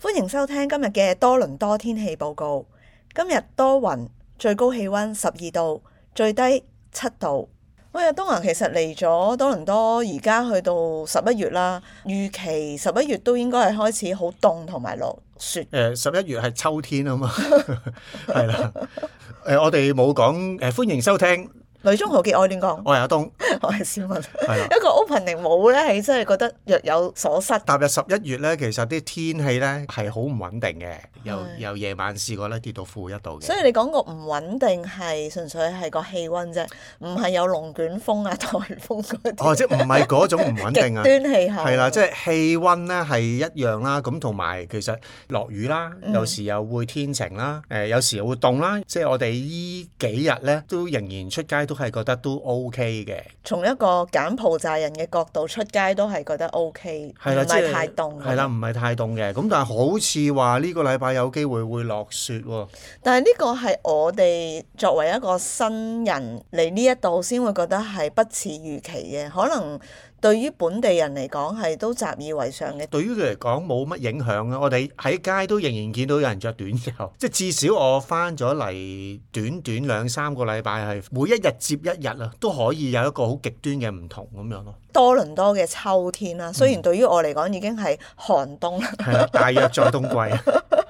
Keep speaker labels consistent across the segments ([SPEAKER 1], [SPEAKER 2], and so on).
[SPEAKER 1] 歡迎收聽今日嘅多倫多天氣報告。今日多雲，最高氣温十二度，最低七度。喂，阿東啊，其實嚟咗多倫多，而家去到十一月啦，預期十一月都應該係開始好凍同埋落雪。
[SPEAKER 2] 誒呃十一月係秋天啊嘛， 係啦。誒、我哋冇講誒，歡迎收聽，
[SPEAKER 1] 雷中豪傑愛亂講，
[SPEAKER 2] 我係阿東，
[SPEAKER 1] 我係小文。
[SPEAKER 2] 係啦。
[SPEAKER 1] 一個 opening 冇咧，係真係覺得若有所失。
[SPEAKER 2] 踏入十一月咧，其實啲天氣咧係好唔穩定嘅，由
[SPEAKER 1] 係
[SPEAKER 2] 由夜晚試過咧跌到負一度
[SPEAKER 1] 所
[SPEAKER 2] 嘅。
[SPEAKER 1] 以你講個唔穩定係純粹係個氣温啫，唔係有龍捲風啊、颱風嗰啲
[SPEAKER 2] 哦，即係唔係嗰種唔穩定
[SPEAKER 1] 極
[SPEAKER 2] 啊？
[SPEAKER 1] 端氣候。
[SPEAKER 2] 係啦，即係氣温咧係一樣啦，咁同埋其實落雨啦，
[SPEAKER 1] 嗯
[SPEAKER 2] 有時又會天晴啦，誒、有時又會凍啦，即係我哋依幾日咧都仍然出街都係覺得都 OK 嘅。
[SPEAKER 1] 從一個柬埔寨人嘅角度出街都係覺得 O K，唔
[SPEAKER 2] 係啦，即
[SPEAKER 1] 係
[SPEAKER 2] 係
[SPEAKER 1] 太凍。
[SPEAKER 2] 係啦，，唔係太凍嘅。咁但係好似話呢個禮拜有機會會落雪喎。
[SPEAKER 1] 但係呢個係我哋作為一個新人嚟呢一度先會覺得係不似預期嘅，可能對於本地人嚟講係都習以為常嘅。
[SPEAKER 2] 對於佢嚟講冇乜影響啊。我哋喺街都仍然見到有人着短袖， 即係至少我翻咗嚟短短兩三個禮拜係每一日接一日啊，都可以有一個好極端嘅唔同咁樣咯。
[SPEAKER 1] 多倫多嘅秋天
[SPEAKER 2] 嗯
[SPEAKER 1] 啦，雖然對於我嚟講已經係寒冬啦。
[SPEAKER 2] 係啦，大約在冬季啊。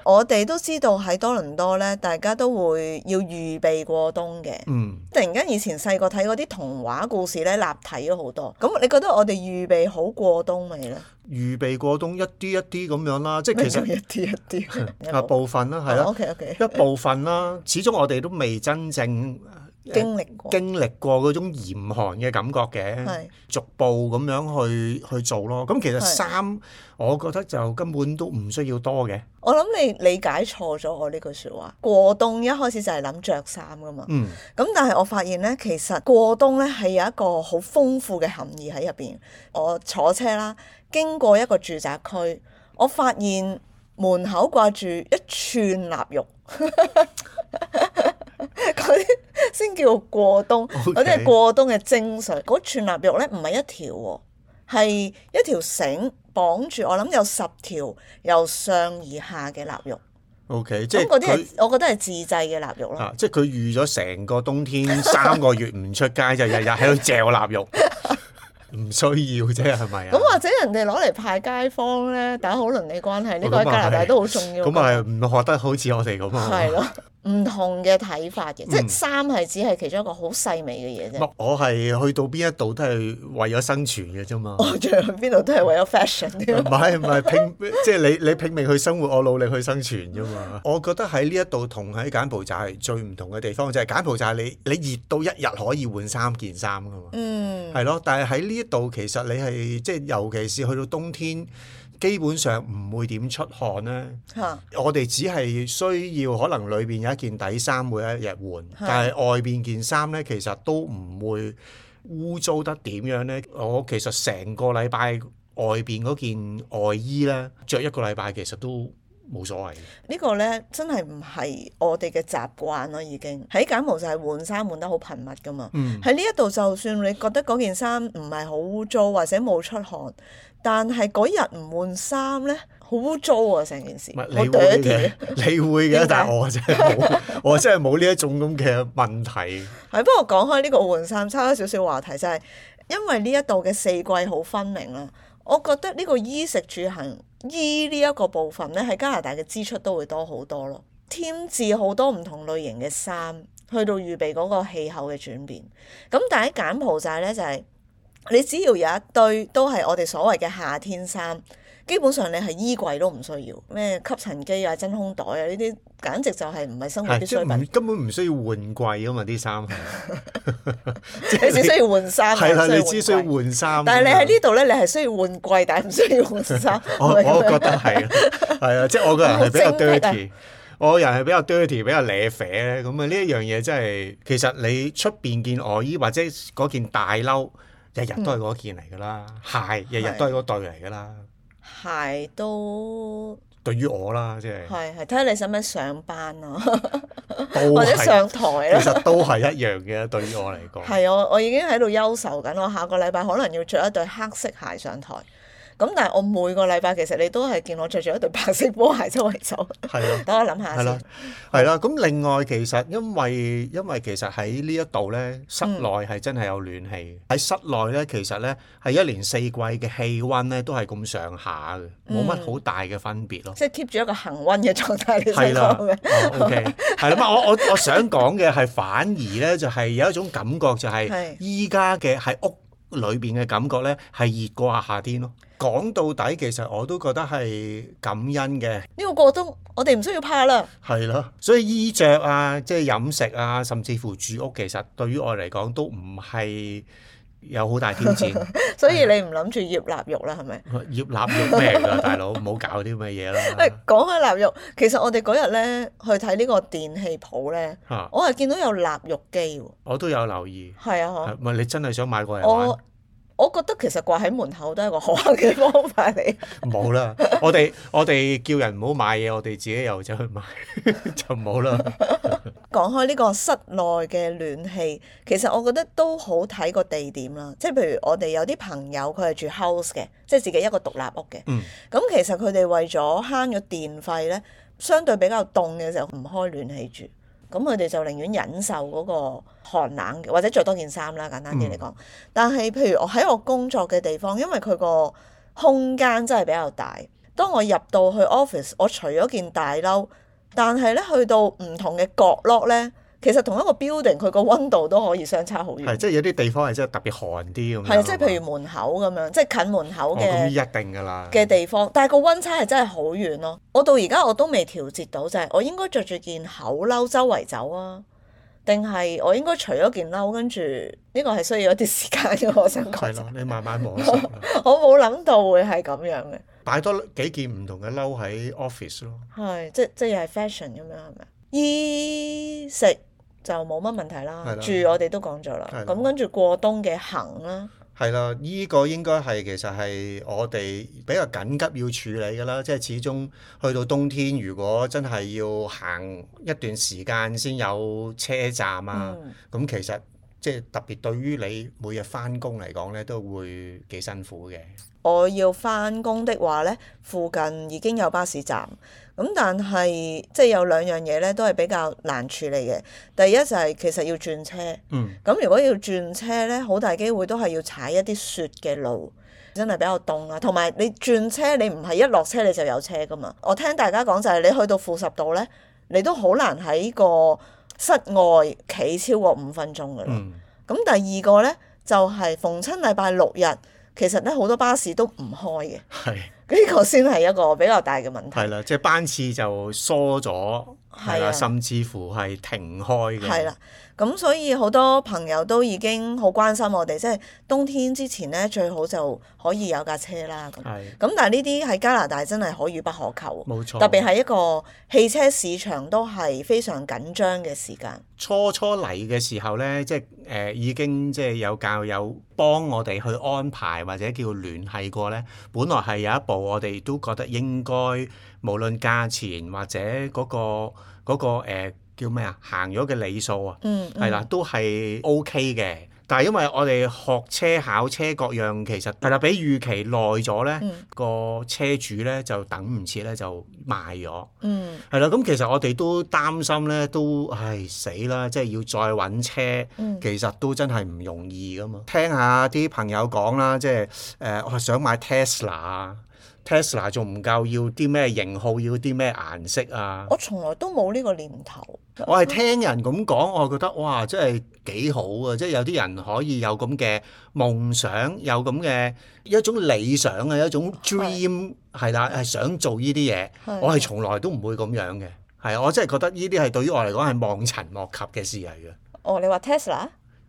[SPEAKER 1] 我哋都知道喺多倫多呢，大家都會要預備過冬嘅。
[SPEAKER 2] 嗯。
[SPEAKER 1] 突然間，以前細個睇嗰啲童話故事呢，立體咗好多。咁你覺得我哋預備好過冬未呢？
[SPEAKER 2] 預備過冬一啲一啲咁樣啦，即係其
[SPEAKER 1] 咩叫
[SPEAKER 2] 實
[SPEAKER 1] 一啲一 啲有
[SPEAKER 2] 啊
[SPEAKER 1] 冇哦
[SPEAKER 2] 部分啦，係啦，
[SPEAKER 1] OK OK，
[SPEAKER 2] 一部分啦，始終我哋都未真正誒
[SPEAKER 1] 經歷過
[SPEAKER 2] 經歷過嗰種嚴寒嘅感覺嘅，
[SPEAKER 1] 係
[SPEAKER 2] 逐步咁樣去去做咯。咁其
[SPEAKER 1] 係
[SPEAKER 2] 實衫，我覺得就根本都唔需要多嘅。
[SPEAKER 1] 我諗你理解錯咗我呢句説話。過冬一開始就係諗着衫噶嘛。
[SPEAKER 2] 嗯，
[SPEAKER 1] 咁但係我發現呢，其實過冬呢係有一個好豐富嘅含義喺入邊。我坐車啦，經過一個住宅區，我發現門口掛住一串臘肉， 嗰啲先叫過冬，
[SPEAKER 2] OK
[SPEAKER 1] 嗰啲係過冬嘅精髓。嗰串臘肉呢唔係一條喎，係一條繩綁住，我諗有十條由上而下嘅臘肉。
[SPEAKER 2] OK，即
[SPEAKER 1] 咁
[SPEAKER 2] 係
[SPEAKER 1] 嗰啲係
[SPEAKER 2] 佢
[SPEAKER 1] 我覺得係自製嘅臘肉咯。
[SPEAKER 2] 啊，即係佢預咗成個 冬天三個月唔出街，就日日喺度嚼臘肉， 唔需要啫，係咪啊？
[SPEAKER 1] 咁或者人哋攞嚟派街坊咧，打好鄰里關係，呢個喺
[SPEAKER 2] 咁
[SPEAKER 1] 加
[SPEAKER 2] 啊
[SPEAKER 1] 拿大
[SPEAKER 2] 係
[SPEAKER 1] 都好重要㗎。
[SPEAKER 2] 咁啊，唔學得好似我哋咁啊。
[SPEAKER 1] 係咯，唔同嘅睇法
[SPEAKER 2] 嗯
[SPEAKER 1] 嘅，即係衫係只係其中一個好細微嘅嘢啫。
[SPEAKER 2] 我我係去到邊一度都係為咗生存嘅啫嘛。
[SPEAKER 1] 我着去邊度都係啊為咗 fashion
[SPEAKER 2] 唔
[SPEAKER 1] 添。
[SPEAKER 2] 係唔係拼， 即係你你拼命去生活，我努力去生存啫嘛。我覺得喺呢一度同喺柬埔寨最唔同嘅地方就係柬埔寨你你熱到一日可以換三件衫噶嘛，
[SPEAKER 1] 嗯，
[SPEAKER 2] 係咯。但係喺呢一度其實你係即係尤其是去到冬天，基本上唔會點出汗咧。
[SPEAKER 1] 嚇，
[SPEAKER 2] 我哋只係需要可能裏邊有一件底衫每一日換，但係外邊件衫呢，其實都唔會污糟得點樣呢？我其實成個禮拜外邊嗰件外衣呢，着一個禮拜其實都冇所謂嘅。
[SPEAKER 1] 呢個咧真係唔係我哋嘅習慣咯，已經喺柬埔寨換衫換得好頻密㗎嘛。
[SPEAKER 2] 嗯，
[SPEAKER 1] 喺呢一度，就算你覺得嗰件衫唔係好污糟或者冇出汗，但係嗰日唔換衫咧，好污糟啊！成件事，
[SPEAKER 2] 唔係
[SPEAKER 1] 好
[SPEAKER 2] 你會
[SPEAKER 1] dirty
[SPEAKER 2] 嘅， 你會嘅
[SPEAKER 1] 點解，
[SPEAKER 2] 但係我 真係冇，我真係冇呢一種咁嘅問題。
[SPEAKER 1] 係，不過講開呢個換衫，差咗少少話題，就係、因為呢一度嘅四季好分明啦。我覺得呢個衣食住行衣呢一個部分咧，喺加拿大嘅支出都會多好多咯。添置好多唔同類型嘅衫，去到預備嗰個氣候嘅轉變。咁但係喺柬埔寨咧，就係、你只要有一堆都係我哋所謂嘅夏天衫，基本上你係衣櫃都唔需要咩吸塵機啊、真空袋啊呢啲，簡直就係唔係生活必
[SPEAKER 2] 係即
[SPEAKER 1] 需
[SPEAKER 2] 係
[SPEAKER 1] 品
[SPEAKER 2] 唔。根本唔需要換季啊嘛，啲衫係
[SPEAKER 1] 你只需要換衫，
[SPEAKER 2] 係啦，你
[SPEAKER 1] 唔
[SPEAKER 2] 只需
[SPEAKER 1] 需要
[SPEAKER 2] 要
[SPEAKER 1] 換季。
[SPEAKER 2] 換衫。
[SPEAKER 1] 但係你喺呢度咧，你係需要換季，但係唔需要換 衫。
[SPEAKER 2] 我
[SPEAKER 1] 係咪
[SPEAKER 2] 我
[SPEAKER 1] 咁樣
[SPEAKER 2] 覺得係，係啊，即係我個人係比較
[SPEAKER 1] 好精辟啊
[SPEAKER 2] dirty，我人係比較 dirty，比較瀨啡咧。咁啊，呢一樣嘢真係其實你出邊件外衣或者嗰件大褸，日日都係嗰件嚟㗎啦，
[SPEAKER 1] 嗯
[SPEAKER 2] 鞋日日都係嗰對嚟㗎啦。
[SPEAKER 1] 鞋都
[SPEAKER 2] 對於我啦，即係
[SPEAKER 1] 係係睇下你使唔使上班啊，
[SPEAKER 2] 都
[SPEAKER 1] 或者
[SPEAKER 2] 哦係，啊
[SPEAKER 1] 上台啊啦。
[SPEAKER 2] 其實都係一樣嘅。對於我嚟講，
[SPEAKER 1] 係我我已經喺度憂愁緊，我下個禮拜可能要着一對黑色鞋上台。咁但係我每個禮拜其實你都係見我着住一對白色波鞋周圍走。
[SPEAKER 2] 係啊咯。
[SPEAKER 1] 等我諗下
[SPEAKER 2] 係啦
[SPEAKER 1] 先。，
[SPEAKER 2] 係啦。咁另外其實因為因為其實喺呢一度咧，室
[SPEAKER 1] 嗯
[SPEAKER 2] 內係真係有暖氣嘅。喺、室內咧，其實咧係一年四季嘅氣温咧都係咁上下嘅，
[SPEAKER 1] 嗯
[SPEAKER 2] 冇乜好大嘅分別咯。
[SPEAKER 1] 即係 keep 住一個恒温嘅狀態， 你想
[SPEAKER 2] 係啦
[SPEAKER 1] 講咩？
[SPEAKER 2] o k 係啦。咁我我我想講嘅係反而咧，就係、有一種感覺就係
[SPEAKER 1] 係
[SPEAKER 2] 依家嘅喺屋裏邊嘅感覺咧，係熱過下夏天咯。講到底，其實我都覺得係感恩嘅。
[SPEAKER 1] 呢個過冬我哋唔需要怕啦。
[SPEAKER 2] 係咯，所以衣着啊，即係飲食啊，甚至乎住屋，其實對於我嚟講都唔係有好大 挑戰。
[SPEAKER 1] 所以
[SPEAKER 2] 啊
[SPEAKER 1] 你唔諗住醃臘肉啦，係咪？
[SPEAKER 2] 醃臘肉咩㗎，大佬唔好搞啲咁嘅
[SPEAKER 1] 喂
[SPEAKER 2] 嘢啦。，
[SPEAKER 1] 講開臘肉，其實我哋嗰日咧去睇呢個電器鋪咧，
[SPEAKER 2] 嚇、
[SPEAKER 1] 我係見到有臘肉機喎。
[SPEAKER 2] 我都有留意。
[SPEAKER 1] 係啊，
[SPEAKER 2] 唔係你真係想買過嚟玩
[SPEAKER 1] 我？我覺得其實掛喺門口都係一個可行嘅方法嚟。
[SPEAKER 2] 冇啦，我哋我哋叫人唔好買嘢，我哋自己又走去買 就冇啦。
[SPEAKER 1] 講開呢個室內嘅暖氣，其實我覺得都好睇個地點啦。即係譬如我哋有啲朋友佢係住 house 嘅，即係自己一個獨立屋嘅。
[SPEAKER 2] 嗯，
[SPEAKER 1] 咁其實佢哋為咗慳咗電費咧，相對比較凍嘅時候唔開暖氣住，咁佢哋就寧願忍受嗰個寒冷嘅，或者着多件衫啦，簡單啲嚟
[SPEAKER 2] 嗯
[SPEAKER 1] 講。但係譬如我喺我工作嘅地方，因為佢個空間真係比較大，當我入到去 office，我除咗件大褸，但係咧去到唔同嘅角落咧，其實同一個 building 佢個温度都可以相差好
[SPEAKER 2] 係
[SPEAKER 1] 遠。
[SPEAKER 2] 即係有啲地方係真係特別寒啲咁樣。
[SPEAKER 1] 係啊，即係譬如門口咁樣，即係近門口
[SPEAKER 2] 哦
[SPEAKER 1] 嘅。
[SPEAKER 2] 咁一定㗎啦。
[SPEAKER 1] 嘅地方，但係個温差係真係好遠咯。我到而家我都未調節到，就係、我應該着住件厚褸周圍走啊，定係我應該除咗件褸，跟住呢個係需要一啲時間嘅。我想講
[SPEAKER 2] 係
[SPEAKER 1] 就係，
[SPEAKER 2] 咯，你慢慢 摸索啦。
[SPEAKER 1] 我冇諗到會係咁樣嘅，
[SPEAKER 2] 擺多幾件唔同嘅褸喺 office 咯。
[SPEAKER 1] 係即即係 fashion 咁樣係咪？衣食就冇乜問題啦
[SPEAKER 2] 係啦，
[SPEAKER 1] 住我哋都講咗啦
[SPEAKER 2] 係啦，
[SPEAKER 1] 咁跟住過冬嘅行啦，
[SPEAKER 2] 係啦，依、個應該係其實係我哋比較緊急要處理㗎啦，即係始終去到冬天，如果真係要行一段時間先有車站啊，
[SPEAKER 1] 嗯，
[SPEAKER 2] 咁、其實即係特別對於你每日翻工嚟講咧，都會幾辛苦嘅。
[SPEAKER 1] 我要翻工的話呢，附近已經有巴士站，咁但係即係有兩樣嘢呢，都係比較難處理嘅。第一就係其實要轉車，
[SPEAKER 2] 嗯，
[SPEAKER 1] 咁如果要轉車呢，好大機會都係要踩一啲雪嘅路，真係比較凍啊啦。同埋你轉車，你唔係一落車你就有車噶嘛。我聽大家講就係你去到負十度呢，你都好難喺個室外企超過五分鐘噶啦。
[SPEAKER 2] 嗯，
[SPEAKER 1] 咁第二個呢，就係、逢親禮拜六日，其實呢好多巴士都唔開
[SPEAKER 2] 係
[SPEAKER 1] 嘅，呢 個先係一個比較大嘅問題。
[SPEAKER 2] 係啦，即係班次就疏咗，係
[SPEAKER 1] 係
[SPEAKER 2] 啦，
[SPEAKER 1] 啊
[SPEAKER 2] 甚至乎係停開嘅。
[SPEAKER 1] 係啦，咁所以好多朋友都已經好關心我哋，即係冬天之前呢，最好就可以有架車啦。咁
[SPEAKER 2] 係
[SPEAKER 1] 咁但係呢啲喺加拿大真係可遇不可求，
[SPEAKER 2] 冇錯。
[SPEAKER 1] 特別係一個汽車市場都係非常緊張嘅時間。
[SPEAKER 2] 初初嚟嘅時候呢，即係誒、呃已經即係有教友幫我哋去安排或者叫聯繫過呢。本來係有一部我哋都覺得應該無論價錢或者嗰、個嗰、個、呃、叫咩啊行咗嘅里數啊，
[SPEAKER 1] 嗯，嗯
[SPEAKER 2] 係啦，都係 OK 嘅。但係因為我哋學車考車各樣，其實係啦，比預期耐咗呢
[SPEAKER 1] 嗯
[SPEAKER 2] 個車主呢就等唔切呢，就賣咗。
[SPEAKER 1] 嗯
[SPEAKER 2] 係啦，咁其實我哋都擔心咧，都唉死啦，即係要再揾車，
[SPEAKER 1] 嗯
[SPEAKER 2] 其實都真係唔容易噶嘛。聽下啲朋友講啦，即係誒、呃我想買 Tesla 啊，Tesla 仲唔夠，要啲咩型號，要啲咩顏色啊？
[SPEAKER 1] 我從來都冇呢個念頭。
[SPEAKER 2] 我係聽人咁講，我係覺得哇，真係幾好啊！即係有啲人可以有咁嘅夢想，有咁嘅一種理想啊，一種 dream 係啦，係想做呢啲嘢。
[SPEAKER 1] 係
[SPEAKER 2] 我係從來都唔會咁樣嘅，係啊我真係覺得呢啲係對於我嚟講係望塵莫及嘅事嚟嘅。
[SPEAKER 1] 哦，你話 Tesla？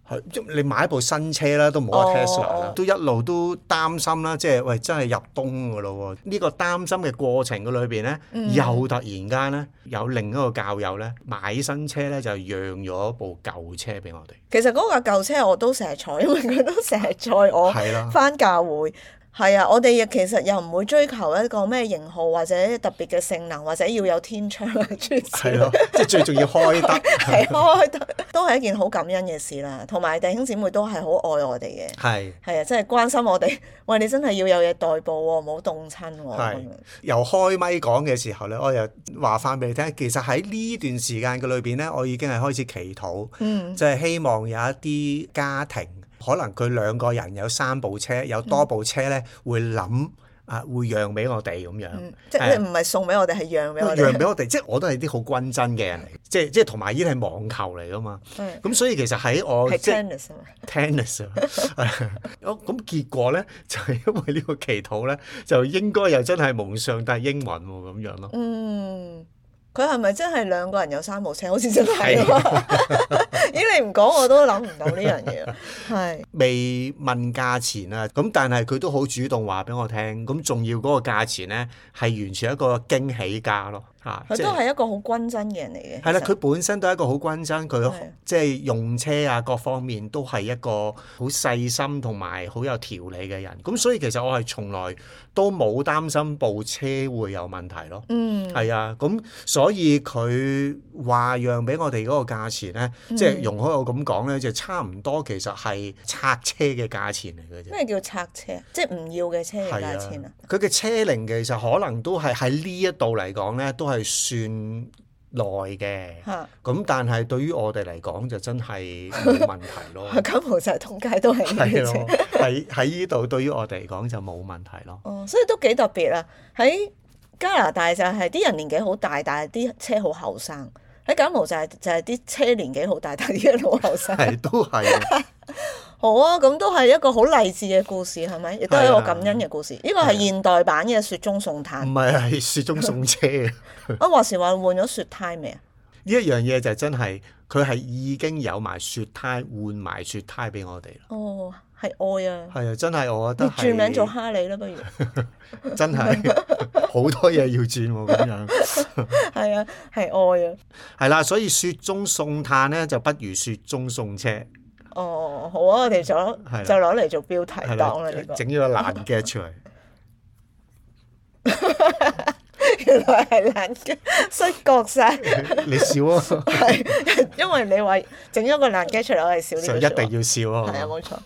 [SPEAKER 2] 係，即你買一部新車啦，都冇話
[SPEAKER 1] 哦
[SPEAKER 2] Tesla 啦
[SPEAKER 1] 哦，
[SPEAKER 2] 都一路都擔心啦，即係喂真係入冬㗎咯喎！呢個擔心嘅過程嘅裏邊咧，
[SPEAKER 1] 嗯
[SPEAKER 2] 又突然間咧有另一個教友咧買新車咧就讓咗部舊車俾我哋，
[SPEAKER 1] 其實嗰架舊車我都成日坐，因 為佢都成日載我
[SPEAKER 2] 係啊啦，
[SPEAKER 1] 翻教會。係啊，我哋亦其實又唔會追求一個咩型號或者特別嘅性能，或者要有天窗啊諸如此
[SPEAKER 2] 係
[SPEAKER 1] 類
[SPEAKER 2] 咯，即係最重要開得。啊
[SPEAKER 1] 係開得。都係一件好感恩嘅事啦。同埋弟兄姊妹都係好愛我哋嘅，
[SPEAKER 2] 係
[SPEAKER 1] 係啊，真係關心我哋。 喂，你真係要有嘢代步喎，唔好凍親喎。咁
[SPEAKER 2] 係
[SPEAKER 1] 樣
[SPEAKER 2] 由開咪講嘅時候咧，我又話翻俾你聽，其實喺呢段時間嘅裏邊咧，我已經係開始祈禱，
[SPEAKER 1] 嗯
[SPEAKER 2] 即係希望有一啲家庭可能佢兩個人有三部車，有
[SPEAKER 1] 嗯
[SPEAKER 2] 多部車咧會諗啊，會讓俾我哋咁樣。
[SPEAKER 1] 嗯，即係你唔係送俾我哋，係讓俾我
[SPEAKER 2] 讓俾
[SPEAKER 1] 哋。
[SPEAKER 2] 我哋，即係我都係啲好均真嘅人嚟，即係即係同埋呢啲係網球嚟噶嘛。
[SPEAKER 1] 嗯
[SPEAKER 2] 咁所以其實喺我
[SPEAKER 1] 係
[SPEAKER 2] 哦即係
[SPEAKER 1] tennis 啊嘛，
[SPEAKER 2] tennis 啊， 係我咁結果咧就係、因為呢個祈禱咧，就應該又真係蒙上帝英文喎咁樣咯。
[SPEAKER 1] 嗯，佢係咪真係兩個人有三部車？好似真係喎。 咦，你唔講我都諗唔到呢樣嘢。係，
[SPEAKER 2] 未問價錢啊，咁但係佢都好主動話俾我聽，咁仲要嗰個價錢咧係完全一個驚喜價咯，嚇、
[SPEAKER 1] 佢
[SPEAKER 2] 即
[SPEAKER 1] 都
[SPEAKER 2] 係
[SPEAKER 1] 係一個好均真嘅人嚟嘅。
[SPEAKER 2] 係啦，
[SPEAKER 1] 其
[SPEAKER 2] 佢
[SPEAKER 1] 實
[SPEAKER 2] 本身都係一個好均真，佢
[SPEAKER 1] 係
[SPEAKER 2] 即係用車啊各方面都係一個好細心同埋好有條理嘅人，咁所以其實我係從來都冇擔心部車會有問題咯。
[SPEAKER 1] 嗯
[SPEAKER 2] 係啊，咁所以佢話讓俾我哋嗰個價錢咧，
[SPEAKER 1] 嗯
[SPEAKER 2] 即係容許我咁講咧，就差唔多其實係拆車嘅價錢嚟嘅啫。
[SPEAKER 1] 咩叫拆車？即係唔要嘅車嘅價錢啊？！
[SPEAKER 2] 佢嘅車齡其實可能都係喺呢一度嚟講咧，都係算耐嘅。
[SPEAKER 1] 嚇！
[SPEAKER 2] 咁但係對於我哋嚟講就真係冇問題 咯。
[SPEAKER 1] 柬埔寨通街都係呢
[SPEAKER 2] 係
[SPEAKER 1] 啲車
[SPEAKER 2] 咯。，喺喺呢度對於我哋嚟講就冇問題咯。
[SPEAKER 1] 哦，所以都幾特別啊！喺加拿大就係啲人年紀好大，但係啲車好後生；喺柬埔寨就係啲車年紀好大，但係啲人好後生。
[SPEAKER 2] 係 都係，
[SPEAKER 1] 好啊，咁都係一個好勵志嘅故事，係咪？亦都係一
[SPEAKER 2] 啊
[SPEAKER 1] 個感恩嘅故事。呢個係現代版嘅雪中送炭
[SPEAKER 2] 唔。係係雪中送車啊！
[SPEAKER 1] 啊，話時話換咗雪胎未啊？
[SPEAKER 2] 呢一樣嘢就真係佢係已經有埋雪胎，換埋雪胎俾我哋啦。
[SPEAKER 1] 哦，係愛啊！
[SPEAKER 2] 係啊，真係我覺
[SPEAKER 1] 你
[SPEAKER 2] 得
[SPEAKER 1] 轉名做
[SPEAKER 2] 係
[SPEAKER 1] 哈利啦，不 如
[SPEAKER 2] 真 係好多嘢要轉喎咁樣。
[SPEAKER 1] 係啊，係愛啊！
[SPEAKER 2] 係啦，所以雪中送炭咧就不如雪中送車，
[SPEAKER 1] 哦，好啊，我哋就攞
[SPEAKER 2] 係啦
[SPEAKER 1] 就攞嚟做標
[SPEAKER 2] 係
[SPEAKER 1] 題黨啦，呢個
[SPEAKER 2] 啦，整咗個爛嘅出嚟。
[SPEAKER 1] 原來係懶嘅，衰覺 晒。
[SPEAKER 2] 你笑 啊！
[SPEAKER 1] 係， 因為你話整咗個爛雞出嚟，我係少
[SPEAKER 2] 就
[SPEAKER 1] 呢
[SPEAKER 2] 一
[SPEAKER 1] 個
[SPEAKER 2] 定要笑
[SPEAKER 1] 要
[SPEAKER 2] 啊！
[SPEAKER 1] 係啊，冇錯，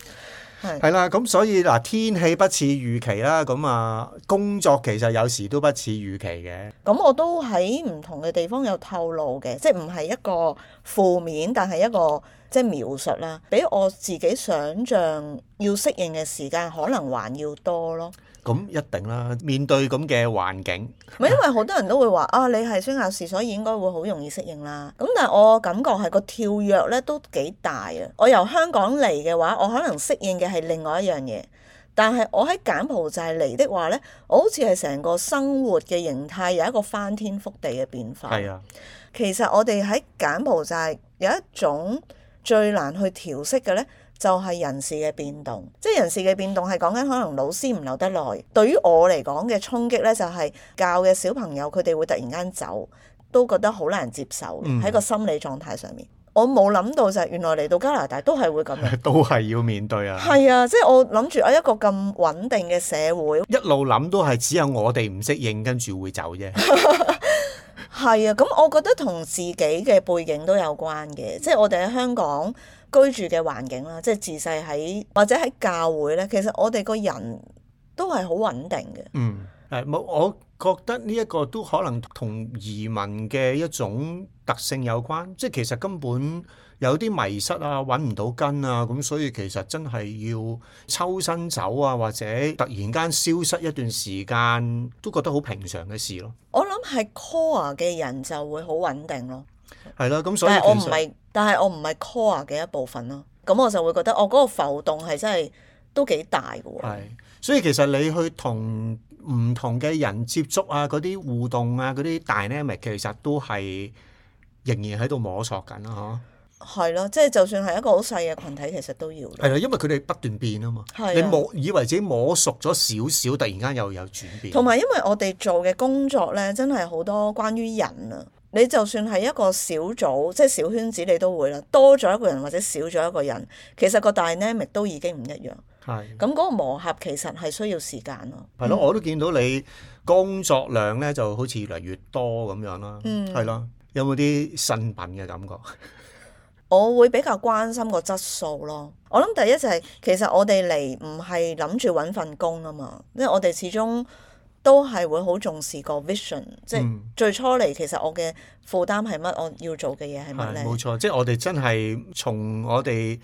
[SPEAKER 1] 係
[SPEAKER 2] 係啦，咁所以嗱，天氣不似預期啦，咁啊，工作其實有時都不似預期嘅，
[SPEAKER 1] 咁我都喺唔同嘅地方有透露嘅，即係唔係一個負面，但係一個即係描述啦，比我自己想像要適應嘅時間可能還要多咯。
[SPEAKER 2] 咁一定啦。面對咁嘅環境，
[SPEAKER 1] 唔係因為好多人都會話啊，你係宣教士，所以應該會好容易適應啦。咁但係我感覺係個跳躍咧都幾大啊！我由香港嚟嘅話，我可能適應嘅係另外一樣嘢。但係我喺柬埔寨嚟的話咧，我好似係成個生活嘅形態有一個翻天覆地嘅變化。
[SPEAKER 2] 係啊，
[SPEAKER 1] 其實我哋喺柬埔寨有一種最難去調適嘅呢，就係、人事嘅變動。即係人事嘅變動係講緊可能老師唔留得耐。對於我嚟講嘅衝擊呢，就係、教嘅小朋友佢哋會突然間走，都覺得好難接受
[SPEAKER 2] 嗯
[SPEAKER 1] 喺個心理狀態上面。我冇諗到就係原來嚟到加拿大都係會咁 樣。
[SPEAKER 2] 都係要面 對啊。
[SPEAKER 1] 係啊，即係我諗住我一個咁穩定嘅社會，
[SPEAKER 2] 一路諗都係只有我哋唔適應，跟住會走 啫。
[SPEAKER 1] 係啊，咁我覺得同自己嘅背景都有關嘅，
[SPEAKER 2] 嗯
[SPEAKER 1] 即係我哋喺香港居住嘅環境啦，即係自細喺或者喺教會咧，其實我哋個人都係好穩定嘅。
[SPEAKER 2] 嗯，誒冇，我覺得呢一個都可能同移民嘅一種特性有關，即係其實根本有啲迷失啊，揾唔到根啊，咁所以其實真係要抽身走啊，或者突然間消失一段時間，都覺得好平常嘅事咯。
[SPEAKER 1] 我諗係 core 嘅人就會好穩定咯，
[SPEAKER 2] 係啦，咁所以
[SPEAKER 1] 但係我唔
[SPEAKER 2] 其實
[SPEAKER 1] 係，但係我唔係 core 嘅一部分咯。咁我就會覺得我哦嗰個浮動係真係都幾大嘅喎。
[SPEAKER 2] 係，所以其實你去同唔同嘅人接觸啊，嗰啲互動啊，嗰啲 dynamic 其實都係仍然喺度摸索緊啦，嗬。
[SPEAKER 1] 係咯，即係就算係一個好細嘅群體，其實都要咯。
[SPEAKER 2] 係啦，因為佢哋不斷變啊嘛。
[SPEAKER 1] 係啊
[SPEAKER 2] 你摸以為自己摸熟咗少少，突然間又有轉變。
[SPEAKER 1] 同埋因為我哋做嘅工作咧，真係好多關於人啊。你就算係一個小組，即係小圈子，你都會啦。多咗一個人或者少咗一個人，其實個 dynamic 都已經唔一樣。
[SPEAKER 2] 係
[SPEAKER 1] 咁嗰個磨合其實係需要時間咯。
[SPEAKER 2] 係咯，我都見到你工作量咧就好似越嚟越多咁樣啦。
[SPEAKER 1] 嗯
[SPEAKER 2] 係咯，有冇啲呻笨嘅感覺？
[SPEAKER 1] 我會比較關心個質素咯。我諗第一就係、其實我哋嚟唔係諗住揾份工啊嘛，因為我哋始終都係會好重視個 vision，即係
[SPEAKER 2] 嗯
[SPEAKER 1] 最初嚟其實我嘅負擔係乜，我要做嘅嘢係乜
[SPEAKER 2] 係
[SPEAKER 1] 咧？
[SPEAKER 2] 冇錯，即係我哋真係從我哋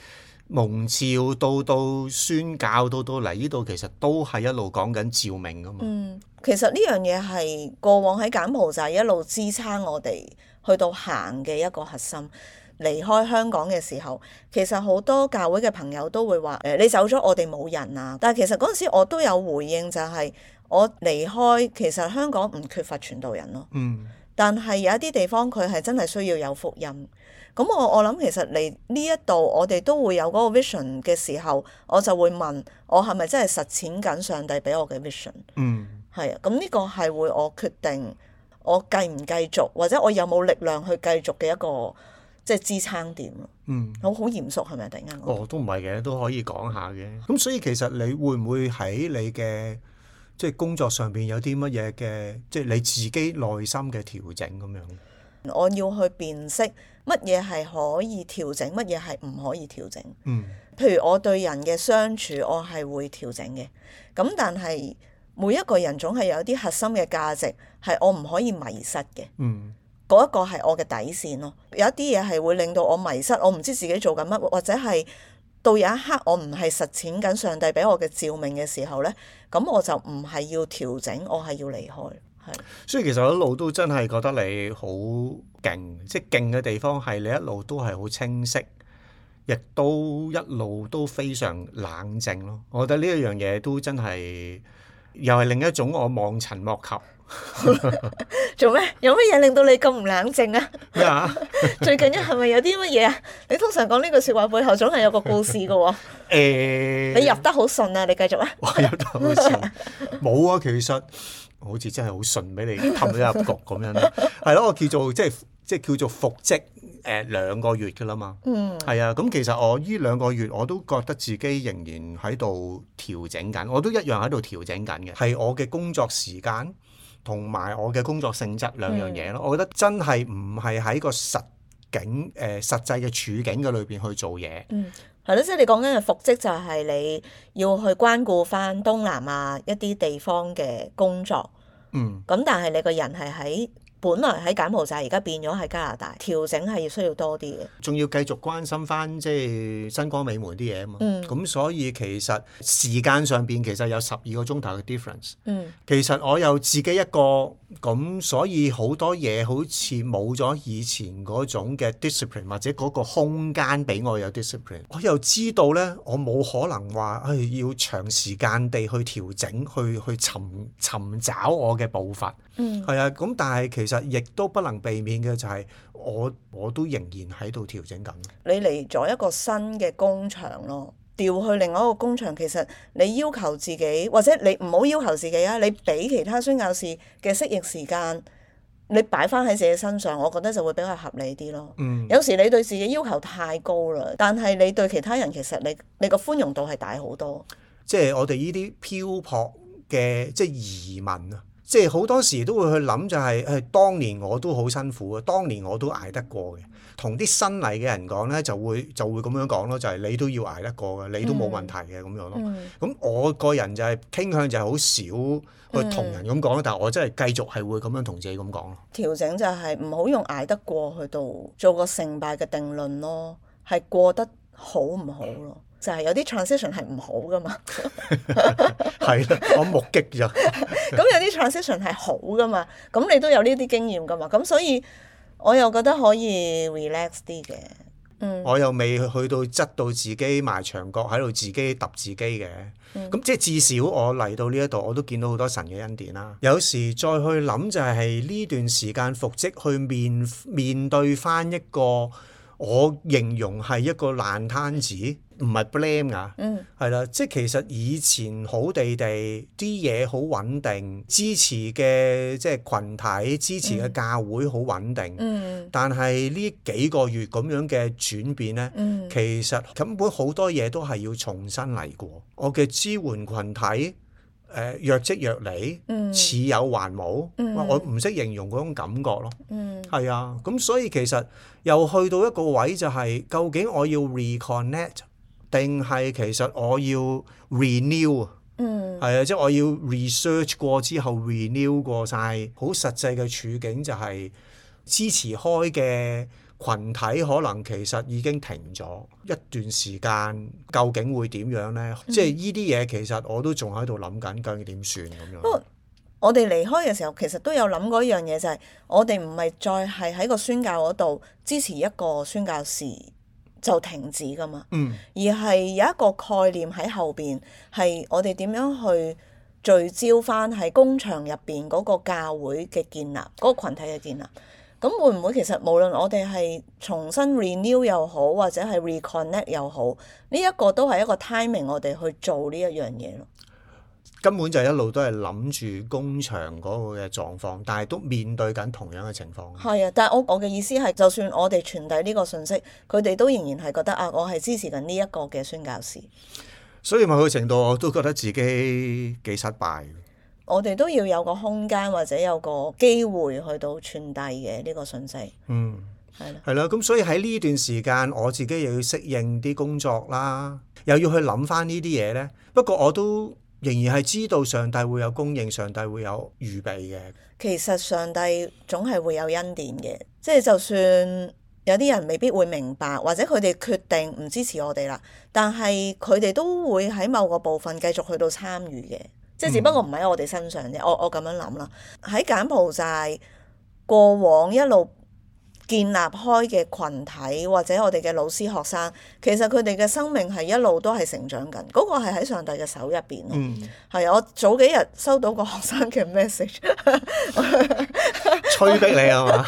[SPEAKER 2] 蒙召到到宣教到到嚟呢度，其實都係一路講緊照明噶嘛。
[SPEAKER 1] 嗯，其實呢樣嘢係過往喺柬埔寨一路支撐我哋去到行嘅一個核心。離開香港嘅時候，其實好多教會嘅朋友都會話：誒、你走咗，我哋冇人啊！但係其實嗰陣時我都有回應、就係我離開，其實香港唔缺乏傳道人咯。
[SPEAKER 2] 嗯，
[SPEAKER 1] 但係有一啲地方佢係真係需要有福音。咁我我諗其實嚟呢一度，我哋都會有嗰個 vision 嘅時候，我就會問我係咪真係實踐緊上帝俾我嘅 vision？
[SPEAKER 2] 嗯，
[SPEAKER 1] 係啊，咁呢個係會我決定我繼唔繼續，或者我有冇力量去繼續嘅一個即係支撐點咯。
[SPEAKER 2] 嗯。
[SPEAKER 1] 好好嚴肅係咪啊？突然間講，
[SPEAKER 2] 哦，都唔係嘅，都可以講下嘅。咁所以其實你會唔會喺你嘅即係工作上邊有啲乜嘢嘅，即係你自己內心嘅調整咁樣？
[SPEAKER 1] 我要去辨識乜嘢係可以調整，乜嘢係唔可以調整。
[SPEAKER 2] 嗯
[SPEAKER 1] 譬如我對人嘅相處，我係會調整嘅。咁但係每一個人總係有啲核心嘅價值係我唔可以迷失嘅。
[SPEAKER 2] 嗯
[SPEAKER 1] 嗰一個係我嘅底線咯。有一啲嘢係會令到我迷失，我唔知自己做緊乜，或者係到有一刻我唔係實踐緊上帝俾我嘅照明嘅時候呢，咁我就唔係要調整，我係要離開。係
[SPEAKER 2] 所以其實我一路都真係覺得你好勁，即係勁嘅地方係你一路都係好清晰，亦都一路都非常冷靜咯。我覺得呢一樣嘢都真係又係另一種我望塵莫及
[SPEAKER 1] 做咩？有乜嘢令到你咁唔冷靜啊？
[SPEAKER 2] 咩啊？
[SPEAKER 1] 最近一係咪有啲乜嘢啊？你通常講呢句説話背後總係有個故事嘅 喎。
[SPEAKER 2] 誒、
[SPEAKER 1] 你入得好順啊！你繼續啊。
[SPEAKER 2] 我有頭笑，冇啊，其實好似真係好順俾你氹咗入局咁樣啦。係咯，我叫做即係即係叫做復職誒、兩個月㗎啦嘛。
[SPEAKER 1] 嗯
[SPEAKER 2] 係啊，咁其實我呢兩個月我都覺得自己仍然喺度調整緊，我都一樣喺度調整緊嘅，係我嘅工作時間同埋我嘅工作性質兩樣嘢咯。我覺得真係唔係喺個實景誒、呃、實際嘅處境嘅裏邊去做嘢。
[SPEAKER 1] 嗯，係咯，即係你講緊嘅復職就係你要去關顧翻東南亞一啲地方嘅工作。
[SPEAKER 2] 嗯。
[SPEAKER 1] 咁但係你個人係喺本來喺柬埔寨，而家變咗喺加拿大，調整係需要多啲嘅。
[SPEAKER 2] 仲要繼續關心翻即係新光美門啲嘢啊嘛。
[SPEAKER 1] 嗯
[SPEAKER 2] 咁、所以其實時間上邊其實有十二個鐘頭嘅 difference。
[SPEAKER 1] 嗯
[SPEAKER 2] 其實我有自己一個咁，所以好多嘢好似冇咗以前嗰種嘅 discipline，或者嗰個空間俾我有 discipline。我又知道呢，我冇可能話，唉、要長時間地去調整，去去尋尋找我嘅步伐。
[SPEAKER 1] 嗯
[SPEAKER 2] 係啊，咁但係其實亦都不能避免嘅就係、我我都仍然喺度調整緊。
[SPEAKER 1] 你嚟咗一個新嘅工場咯，調去另外一個工場，其實你要求自己，或者你唔好要求自己啊，你俾其他宣教士嘅適應時間，你擺翻喺自己身上，我覺得就會比較合理啲咯。
[SPEAKER 2] 嗯，
[SPEAKER 1] 有時你對自己要求太高啦，但係你對其他人其實你你個寬容度係大好多。
[SPEAKER 2] 即係我哋呢啲漂泊嘅即係移民啊，即係好多時都會去諗就係、誒、當年我都好辛苦啊，當年我都捱得過嘅。同啲新嚟嘅人講咧，就會就會咁樣講咯，就係、你都要捱得過嘅，你都冇問題嘅咁樣咯。
[SPEAKER 1] 嗯
[SPEAKER 2] 咁我個人就係傾向就係好少去同人咁講啦，但係我真係繼續係會咁樣同自己咁講咯。
[SPEAKER 1] 調整就係唔好用捱得過去到做個成敗嘅定論咯，係過得好唔好咯？就係有啲 transition 係唔好噶嘛，
[SPEAKER 2] 係啦，我目擊咗。
[SPEAKER 1] 咁有啲 transition 係好噶嘛，咁你都有呢啲經驗噶嘛，咁所以我又覺得可以 relax 啲嘅，嗯
[SPEAKER 2] 我又未去到質到自己埋牆角喺度自己揼自己嘅，咁、即係至少我嚟到呢一度，我都見到好多神嘅恩典啦。有時再去諗就係呢段時間復職去面面對翻一個我形容係一個爛攤子，唔係 blame 㗎。
[SPEAKER 1] 嗯
[SPEAKER 2] 係啦，即係其實以前好地地啲嘢好穩定，支持嘅即係群體、支持嘅教會好穩定。
[SPEAKER 1] 嗯
[SPEAKER 2] 但係呢幾個月咁樣嘅轉變呢，
[SPEAKER 1] 嗯
[SPEAKER 2] 其實根本好多嘢都係要重新嚟過。我嘅支援群體誒若即若離，
[SPEAKER 1] 嗯
[SPEAKER 2] 似有還冇，
[SPEAKER 1] 嗯
[SPEAKER 2] 哇我唔識形容嗰種感覺咯。
[SPEAKER 1] 嗯
[SPEAKER 2] 係啊，咁所以其實又去到一個位就係、究竟我要 reconnect 定係其實我要 renew 啊？
[SPEAKER 1] 嗯
[SPEAKER 2] 係啊，即係我要 research 過之後 renew 過晒，好實際嘅處境就係支持開嘅群體可能其實已經停咗一段時間，究竟會點樣呢？
[SPEAKER 1] 嗯
[SPEAKER 2] 即係呢啲嘢其實我都仲喺度諗緊，究竟點算咁
[SPEAKER 1] 不過
[SPEAKER 2] 樣。
[SPEAKER 1] 我哋離開嘅時候，其實都有諗過一樣嘢，就係、我哋唔係再係喺個宣教嗰度支持一個宣教士就停止噶嘛，
[SPEAKER 2] 嗯
[SPEAKER 1] 而係有一個概念喺後邊，係我哋點樣去聚焦翻喺工場入邊嗰個教會嘅建立，嗰、個群體嘅建立。咁會唔會其實無論我哋係重新 renew 又好，或者係 reconnect 又好，呢、一個都係一個 timing，我哋去做呢一樣嘢咯。
[SPEAKER 2] 根本就一路都係諗住工場嗰個嘅狀況，但係都面對緊同樣嘅情況。
[SPEAKER 1] 係啊，但係我我嘅意思係，就算我哋傳遞呢個信息，佢哋都仍然係覺得啊，我係支持緊呢一個嘅宣教士。
[SPEAKER 2] 所以某個程度我都覺得自己幾失敗嘅。
[SPEAKER 1] 我哋都要有個空間或者有個機會去到傳遞嘅呢個信息，
[SPEAKER 2] 嗯。
[SPEAKER 1] 係啦。
[SPEAKER 2] 係啦，咁所以喺呢段時間，我自己又要適應啲工作啦，又要去諗翻呢啲嘢呢。不過我都仍然係知道上帝會有供應，上帝會有預備嘅。
[SPEAKER 1] 其實上帝總係會有恩典嘅，即係就算有啲人未必會明白，或者佢哋決定唔支持我哋啦，但係佢哋都會喺某個部分繼續去到參與嘅，即係只不過唔喺我哋身上啫。我我咁樣諗啦，喺柬埔寨過往一路建立開嘅群體，或者我哋嘅老師學生，其實佢哋嘅生命係一路都係成長緊，嗰、個係喺上帝嘅手入邊咯。
[SPEAKER 2] 嗯，
[SPEAKER 1] 係啊，我早幾日收到個學生嘅 message，
[SPEAKER 2] 催逼你啊嘛，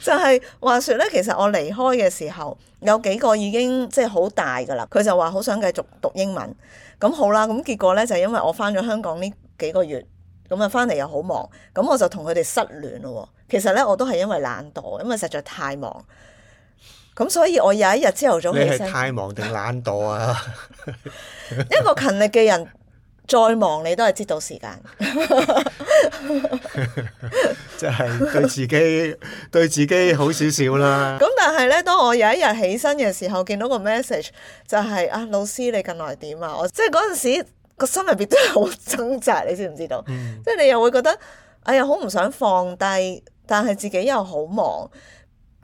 [SPEAKER 1] 就係話說咧，其實我離開嘅時候，有幾個已經即係好大㗎啦，佢就話好想繼續讀英文。咁好啦，咁結果咧就因為我翻咗香港呢幾個月，咁啊翻嚟又好忙，咁我就同佢哋失聯咯喎。其實咧我都係因為懶惰，因為實在太忙。咁所以我有一日朝 頭早
[SPEAKER 2] 你
[SPEAKER 1] 起
[SPEAKER 2] 係
[SPEAKER 1] 身，
[SPEAKER 2] 太忙定懶惰啊？
[SPEAKER 1] 一個勤力嘅人再忙你都係知道時間。
[SPEAKER 2] 即係對自己對自己好少少啦。
[SPEAKER 1] 咁但係咧，當我有一日起身嘅時候，見到個 message 就係、啊，老師你近來點啊？我即係嗰陣時個心入邊都係好掙扎，你知唔知道？
[SPEAKER 2] 嗯
[SPEAKER 1] 即係你又會覺得，哎呀，好唔想放低，但係自己又好忙。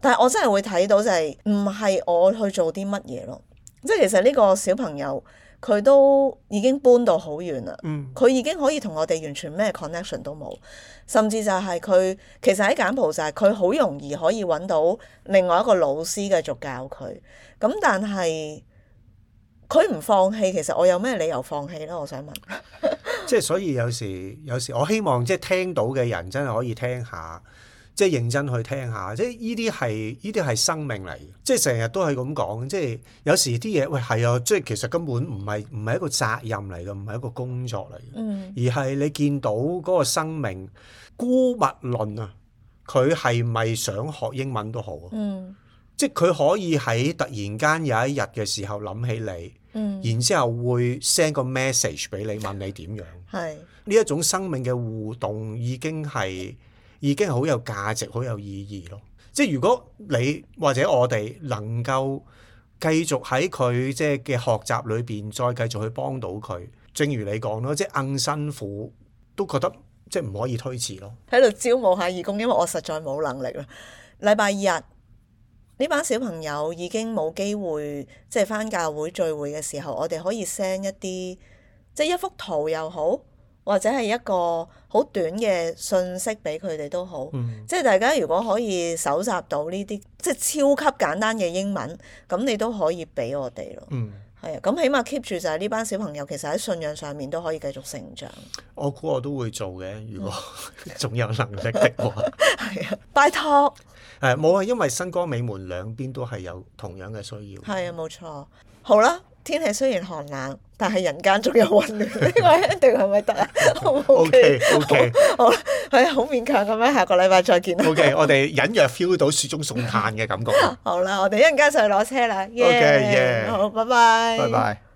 [SPEAKER 1] 但係我真係會睇到就係唔係我去做啲乜嘢咯？即係其實呢個小朋友佢都已經搬到好遠啦。
[SPEAKER 2] 嗯
[SPEAKER 1] 佢已經可以同我哋完全咩 connection 都冇，甚至就係佢其實喺柬埔寨，佢好容易可以揾到另外一個老師繼續教佢。咁但係佢唔放棄，其實我有咩理由放棄呢？我想問。
[SPEAKER 2] 即係所以有時有時我希望即係聽到嘅人真係可以聽下，即係認真去聽下，即係呢啲係呢啲係生命嚟嘅，即係成日都係咁講，即係有時啲嘢喂係啊，即係其實根本唔係唔係一個責任嚟嘅，唔係一個工作嚟嘅，
[SPEAKER 1] 嗯
[SPEAKER 2] 而係你見到嗰個生命，姑勿論啊，佢係咪想學英文都好啊，
[SPEAKER 1] 嗯
[SPEAKER 2] 即係佢可以喺突然間有一日嘅時候諗起你。
[SPEAKER 1] 嗯，
[SPEAKER 2] 然之後會 send 個 message 俾你，問你點樣？
[SPEAKER 1] 係
[SPEAKER 2] 呢一種生命嘅互動已經係已經好有價值、好有意義咯。即係如果你或者我哋能夠繼續喺佢即係嘅學習裏邊，再繼續去幫到佢，正如你講咯，即係硬辛苦都覺得即係唔可以推遲咯。
[SPEAKER 1] 喺度招募下義工，因為我實在冇能力啦。禮拜日呢班小朋友已經冇機會，即係返教會聚會嘅時候，我哋可以 send 一啲即係一幅圖又好，或者係一個好短嘅信息俾佢哋都好。
[SPEAKER 2] 嗯，
[SPEAKER 1] 即係大家如果可以搜集到呢啲即係超級簡單嘅英文，咁你都可以俾我哋咯。
[SPEAKER 2] 嗯，
[SPEAKER 1] 係啊，咁起碼 keep 住就係呢班小朋友其實喺信仰上面都可以繼續成長。
[SPEAKER 2] 我估我都會做嘅，如果 仲有能力的話。
[SPEAKER 1] 係啊，拜託。
[SPEAKER 2] 誒冇啊，因為新光美門兩邊都係有同樣嘅需要。
[SPEAKER 1] 係啊，冇錯。好啦，天氣雖然寒冷，但係人間仲有溫 暖。呢個一定係咪得 啊？O
[SPEAKER 2] O K
[SPEAKER 1] K，
[SPEAKER 2] O K
[SPEAKER 1] 好啦，係啊好勉強咁樣，下個禮拜再見啦。
[SPEAKER 2] O K，我哋隱約 feel 到雪中送炭嘅感覺。
[SPEAKER 1] 好啦，我哋一陣間上去攞車啦。
[SPEAKER 2] OK，
[SPEAKER 1] 耶
[SPEAKER 2] yeah
[SPEAKER 1] 好，拜拜。
[SPEAKER 2] 拜拜。